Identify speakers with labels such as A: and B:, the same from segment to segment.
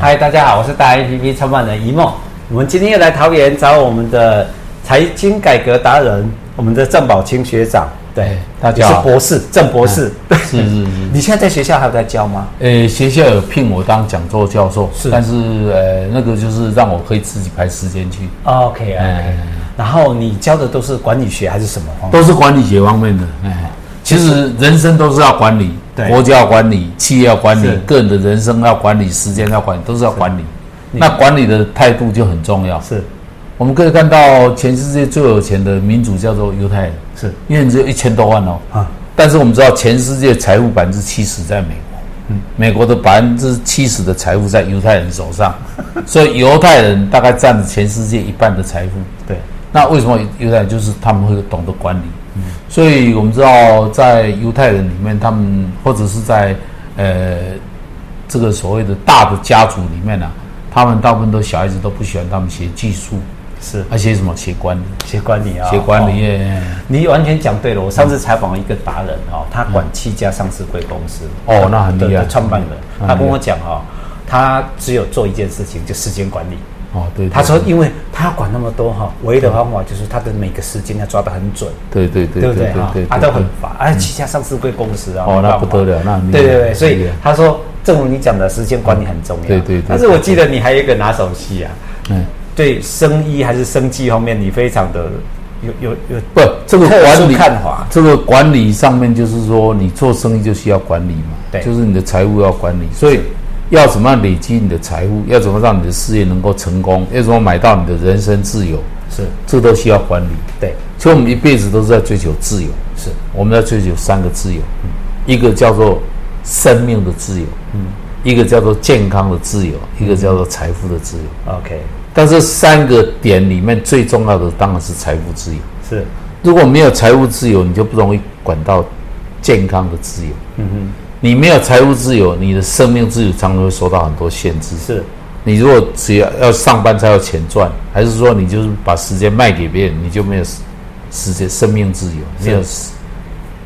A: 嗨，大家好，我是大 APP 创办人一梦。我们今天又来桃园找我们的财经改革达人，我们的郑宝清学长。对
B: 哎，大家
A: 也是
B: 好
A: 博士，郑博士。对，
B: 是是是
A: 你现在在学校还有在教吗？
B: 呃，学校有聘我当讲座教授，
A: 是
B: 但是呃，那个就是让我可以自己排时间去，
A: OK OK，、
B: 哎
A: 然后你教的都是管理学还是什么？哦
B: 都是管理学方面的。哎，其实人生都是要管理，
A: 对
B: 国家要管理，企业要管理
A: 是，
B: 个人的人生要管理，时间要管理，都是要管理。
A: 你
B: 那管理的态度就很重要。
A: 是
B: 我们可以看到，全世界最有钱的民族叫做犹太人，
A: 是
B: 一人只有一千多万哦。
A: 啊，
B: 但是我们知道，全世界财富百分之七十在美国，嗯美国的百分之七十的财富在犹太人手 上，所以犹太人大概占了全世界一半的财富。
A: 对，
B: 那为什么犹太人就是他们会懂得管理？嗯所以我们知道，在犹太人里面，他们或者是在呃这个所谓的大的家族里面呢、啊，他们大部分都小孩子都不喜欢他们学技术，
A: 是
B: 他、学什么？学管理，
A: 学管理啊、
B: 学管理嗯
A: 哦
B: 耶。
A: 你完全讲对了。我上次采访一个达人哦，他管七家上市贵公司
B: 哦那很
A: 的
B: 厉害
A: 的创办人，
B: 嗯
A: 他跟我讲哦，他只有做一件事情，就时间管理。
B: 哦，对，
A: 他说，因为他要管那么多哈，唯一的方法就是他的每个时间要抓得很准，
B: 对对对
A: 对
B: 对
A: 不
B: 对
A: 对
B: 对
A: 哈
B: 对，？嗯
A: 啊，都很烦，啊，旗下上市贵公司啊，
B: 哦
A: 没办法
B: 那不得了那很厉害
A: 对对对，所以
B: 厉害
A: 他说，正如你讲的，时间管理很重要。
B: 对对对
A: 但是我记得你还有一个拿手戏啊，
B: 嗯，
A: 对生意还是生计方面，你非常的有有有
B: 不，这个
A: 特
B: 管
A: 殊
B: 理
A: 看法
B: 这个管理上面就是说，你做生意就需要管理嘛，
A: 对
B: 就是你的财务要管理，所以要怎么样累积你的财务，要怎么让你的事业能够成功，要怎么买到你的人生自由，
A: 是
B: 这都需要管理。
A: 对
B: 所以我们一辈子都是在追求自由，
A: 是
B: 我们在追求三个自由，一个叫做生命的自由，
A: 嗯
B: 一个叫做健康的自由，一个叫做财富的自由。
A: OK
B: 但是三个点里面最重要的当然是财富自由。
A: 是
B: 如果没有财务自由，你就不容易管到健康的自由。嗯哼，你没有财务自由，你的生命自由常常会受到很多限制。
A: 是
B: 你如果只要要上班才有钱赚，还是说你就是把时间卖给别人，你就没有时时间生命自由，
A: 是
B: 没有时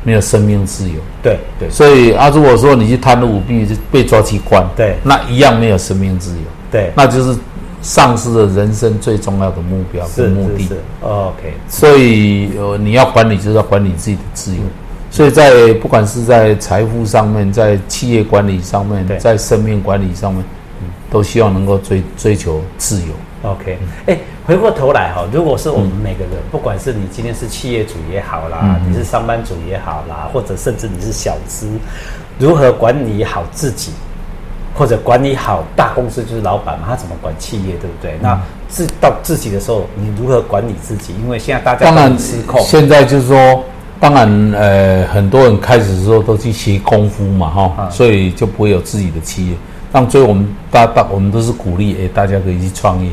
B: 没有生命自由。
A: 对对
B: 所以啊，如果说你去贪污舞弊，就被抓去关，
A: 对
B: 那一样没有生命自由，
A: 对
B: 那就是丧失了人生最重要的目标
A: 是
B: 跟目的。
A: 是是 OK
B: 所以呃，你要管理就是要管理自己的自
A: 嗯
B: 由。所以在不管是在财富上面，在企业管理上面
A: 对，嗯
B: 在生命管理上面，都希望能够追追求自由。
A: OK，哎、回过头来哈、如果是我们每个人，不管是你今天是企业主也好啦，
B: 嗯
A: 你是上班族也好啦，或者甚至你是小资，如何管理好自己，或者管理好大公司就是老板嘛，他怎么管企业，对不
B: 嗯
A: 对？那自到自己的时候，你如何管理自己？因为现在大家
B: 当
A: 都
B: 然
A: 很失控，
B: 现在就是说，当然呃，很多人开始的时候都去学功夫嘛，哈、
A: 啊
B: 所以就不会有自己的企业。但所以我们大大我们都是鼓励，哎、大家可以去 创业，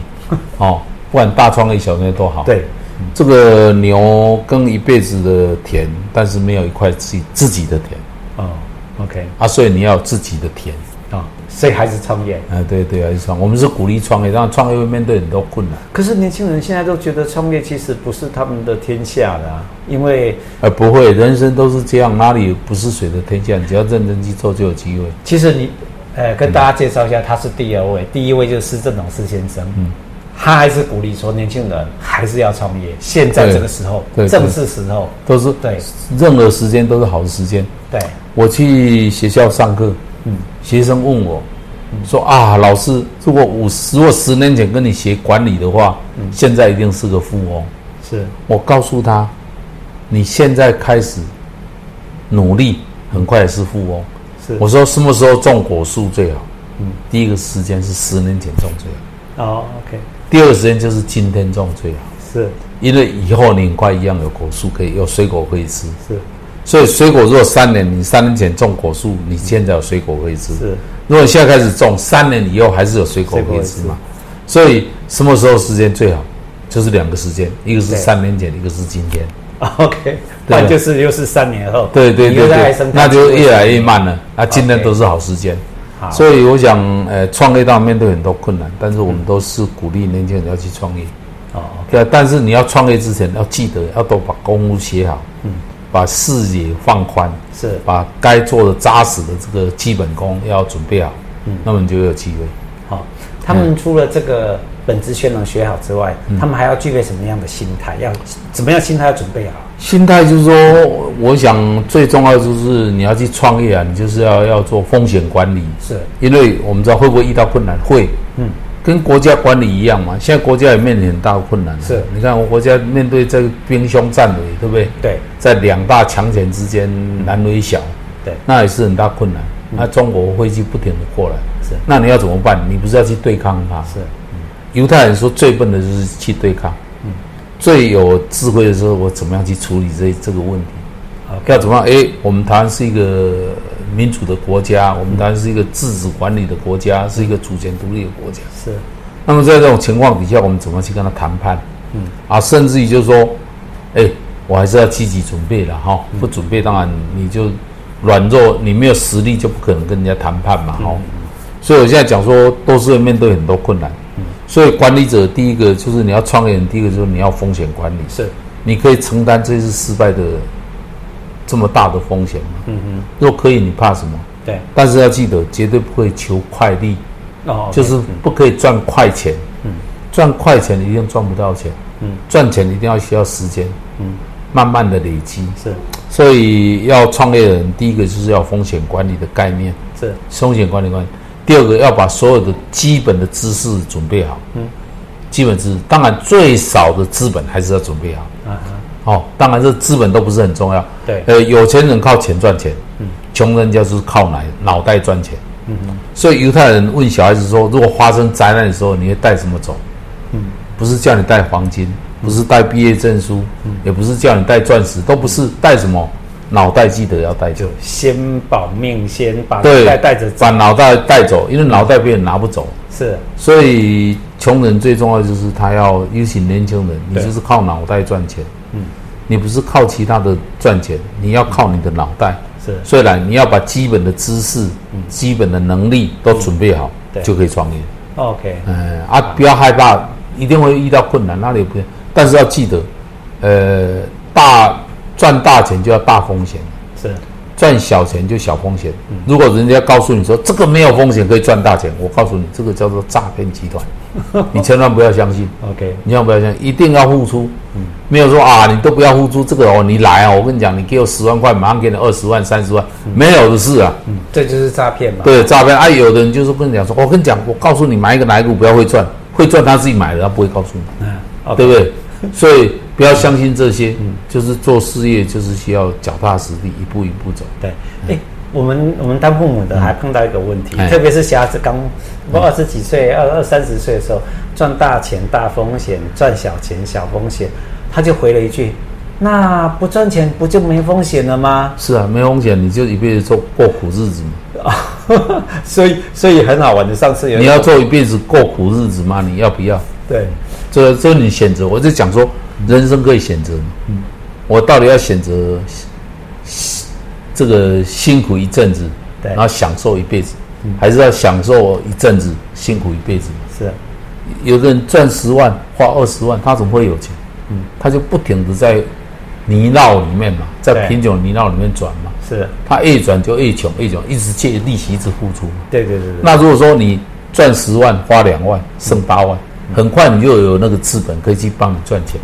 B: 哦，不管大创业小创业都好。
A: 对，
B: 这个牛耕一辈子的田，但是没有一块自己自己的田
A: 哦，OK，
B: 啊，所以你要有自己的田。
A: 哦，所以还是创业。
B: 啊，对对啊，去创，我们是鼓励创业，但创业会面对很多困难。
A: 可是年轻人现在都觉得创业其实不是他们的天下的、啊，因为
B: 呃，不会，人生都是这样，哪里不是水的天下？你只要认真去做，就有机会。
A: 其实你，呃，跟大家介绍一下，他是第二位，第一位就是施正荣施先生，嗯，他还是鼓励说年轻人还是要创业，现在
B: 对
A: 这个时候
B: 对对
A: 正是时候，
B: 都是
A: 对
B: 任何时间都是好的时间。
A: 对，
B: 我去学校上课，嗯，学生问我，说啊，老师，如果我如果十年前跟你学管理的话，嗯现在一定是个富翁。
A: 是
B: 我告诉他，你现在开始努力，很快也是富翁。
A: 是，
B: 我说什么时候种果树最好？嗯，第一个时间是十年前种最好，
A: 哦，OK，
B: 第二个时间就是今天种最好，
A: 是
B: 因为以后你很快一样有果树可以有水果可以吃。
A: 是
B: 所以水果如果三年，你三年前种果树，你现在有水果可以吃。
A: 是，
B: 如果你现在开始种，三年以后还是有水果可以吃嘛。所以什么时候时间最好？就是两个时间，一个是
A: 对
B: 三年前，一个是今天。
A: ，OK，
B: 对
A: 那就是又是三年后，
B: 对对
A: 你
B: 对
A: 又在
B: 对
A: 生，
B: 那
A: 态
B: 就
A: 系
B: 越来越慢了。那今天
A: OK
B: 都是好时间。
A: 好，
B: 所以我想，呃，创业当然面对很多困难，但是我
A: 嗯
B: 们都是鼓励年轻人要去创业。
A: 哦，
B: 对啊，但是你要创业之前，要记得要都把功夫写好，嗯，把视野放宽，
A: 是
B: 把该做的扎实的这个基本功要准备好，嗯，那么你就有机会。
A: 好、哦他们除了这个本职学能学好之外，他们还要具备什么样的心态？要怎么样心态要准备好？
B: 心态就是说，我想最重要就是你要去创业啊，你就是要要做风险管理，
A: 是
B: 因为我们知道会不会遇到困难，会，
A: 嗯，
B: 跟国家管理一样嘛。现在国家也面临很大的困难、
A: 是
B: 你看我国家面对这个兵凶战危，对不对？
A: 对
B: 在两大强权之间难为小，
A: 嗯对嗯
B: 那也是很大困难。那中国会去不停的过来，
A: 是
B: 那你要怎么办？你不是要去对抗它？
A: 是嗯
B: 犹太人说最笨的就是去对抗，最有智慧的时候，我怎么样去处理这这个问题？
A: ，OK，
B: 要怎么样？诶，我们台湾是一个民主的国家，我们台湾是一个自治管理的国家，是一个主权独立的国家。
A: 是
B: 那么在这种情况底下，我们怎么去跟他谈判？嗯，啊，甚至于就是说，哎，我还是要积极准备了哈，不准备当然你就软弱，你没有实力就不可能跟人家谈判嘛哈。所以我现在讲说，都是会面对很多困难。所以管理者第一个就是你要创业，第一个就是你要风险管理，
A: 是
B: 你可以承担这次失败的这么大的风险吗？嗯嗯，若可以，你怕什么？
A: 对
B: 但是要记得，绝对不会求快利。
A: 哦，
B: 就是不可以赚快钱。赚快钱一定赚不到钱。赚钱一定要需要时间。慢慢的累积。
A: 是
B: 所以要创业的人，第一个就是要风险管理的概念，
A: 是
B: 风险管理观；第二个要把所有的基本的知识准备好。基本知识，当然最少的资本还是要准备好。
A: 啊哈，
B: 哦，当然这资本都不是很重要。
A: 对
B: 呃，有钱人靠钱赚钱，穷人就是靠脑脑袋赚钱。
A: 嗯
B: 所以犹太人问小孩子说：“如果发生灾难的时候，你会带什么走？”
A: 嗯
B: 不是叫你带黄金，不是带毕业证书，
A: 嗯
B: 也不是叫你带钻石，都不是带什么脑袋，记得要带走
A: 就。先保命，先把
B: 对，
A: 带带着走，
B: 把脑袋带走，因为脑袋别人拿不走。
A: 是
B: 所以穷人最重要就是他要，尤其年轻人，你
A: 对
B: 就是靠脑袋赚钱，嗯，你不是靠其他的赚钱，你要靠你的脑袋。
A: 是
B: 虽然你要把基本的知识、基本的能力都准备好
A: 对，
B: 就可以创业。
A: OK，
B: 嗯啊，不要害怕，一定会遇到困难，那里不，但是要记得，呃，大赚大钱就要大风险，
A: 是
B: 赚小钱就小风险。如果人家告诉你说这个没有风险可以赚大钱，我告诉你，这个叫做诈骗集团，你千万不要相信，
A: OK，
B: 你千万不要相信，一定要付出。没有说啊，你都不要付出这个哦，你来哦，我跟你讲，你给我十万块，马上给你二十万、三十万，没有的事啊。
A: 嗯，这就是诈骗嘛，
B: 对，诈骗啊，有的人就是跟你讲说，哦我跟你讲，我告诉你买一个哪一股不要会赚，会赚他自己买的，他不会告诉你，
A: 嗯，OK，
B: 对不对？所以不要相信这些，就是做事业就是需要脚踏实地，一步一步走。
A: 对，嗯哎、我们我们当父母的还碰到一个问题，
B: 哎
A: 特别是小孩子刚不二十几岁、二二三十岁的时候，赚大钱大风险，赚小钱小风险，他就回了一句：“那不赚钱不就没风险了吗
B: 是啊，没风险你就一辈子做过苦日子嘛，？”
A: 所以所以很好玩的，上次有
B: 你要做一辈子过苦日子吗？你要不要？
A: 对
B: 这这你选择，我就讲说，人生可以选择嘛。我到底要选择这个辛苦一阵子，
A: 对
B: 然后享受一辈子，还是要享受一阵子，辛苦一辈子？
A: 是
B: 有的人赚十万，花二十万，他怎么会有钱？
A: 嗯
B: 他就不停的在泥淖里面嘛，在
A: 对
B: 贫穷的泥淖里面转嘛，
A: 是，
B: 他越转就越穷，越穷，一直借利息，一直付出嘛。
A: 对对对对，
B: 那如果说你赚十万，花两万，剩八万，
A: 嗯
B: 很快你就有那个资本可以去帮你赚钱。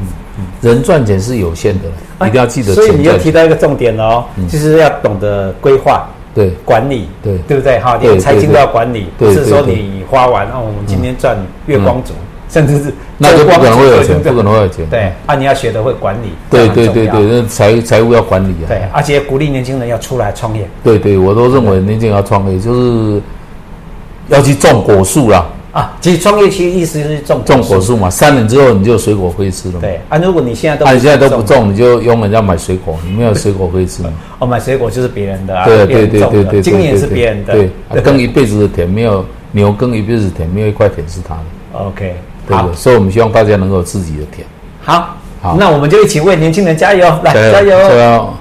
B: 人赚钱是有限的，
A: 哎
B: 一定要记得
A: 所以
B: 钱
A: 你又
B: 赚
A: 提
B: 钱。
A: 到一个重点哦，就是要懂得规划。
B: 对
A: 管理，
B: 嗯对
A: 对不对？哈，
B: 对
A: 连财经都要管理，
B: 对
A: 不
B: 对
A: 是说
B: 对嗯
A: 你花完哦，我们今天赚月光族，甚至是
B: 那就不可能会有
A: 周光
B: 钱，
A: 族
B: 不可能会有钱。
A: 对啊，你要学得会管理，
B: 对
A: 这
B: 对
A: 样很
B: 对
A: 重要
B: 对，那财财务要管理啊。
A: 对，而且鼓励年轻人要出来创业，
B: 对对，我都认为年轻人要创业就是要去种果树啦，
A: 啊，其实创业其实意思就是种
B: 种果，树嘛，三年之后你就有水果可以吃了嘛。
A: 对啊，如果你现在都
B: 啊，你现在都不
A: 种，
B: 种，你就用人家买水果，你没有水果可以吃嘛。
A: 哦，买水果就是别人 的啊，别
B: 对对
A: 人
B: 对
A: 种
B: 对
A: 的
B: 对，
A: 今年
B: 对
A: 是别人的，
B: 对，啊耕一辈子的田没有牛耕一辈子的田没有一块田是他的，
A: ，OK，
B: 对不
A: 好
B: 对？，所以我们希望大家能够有自己的田，
A: 好，
B: 好
A: 那我们就一起为年轻人加油，来
B: 加油
A: 加油
B: 加油！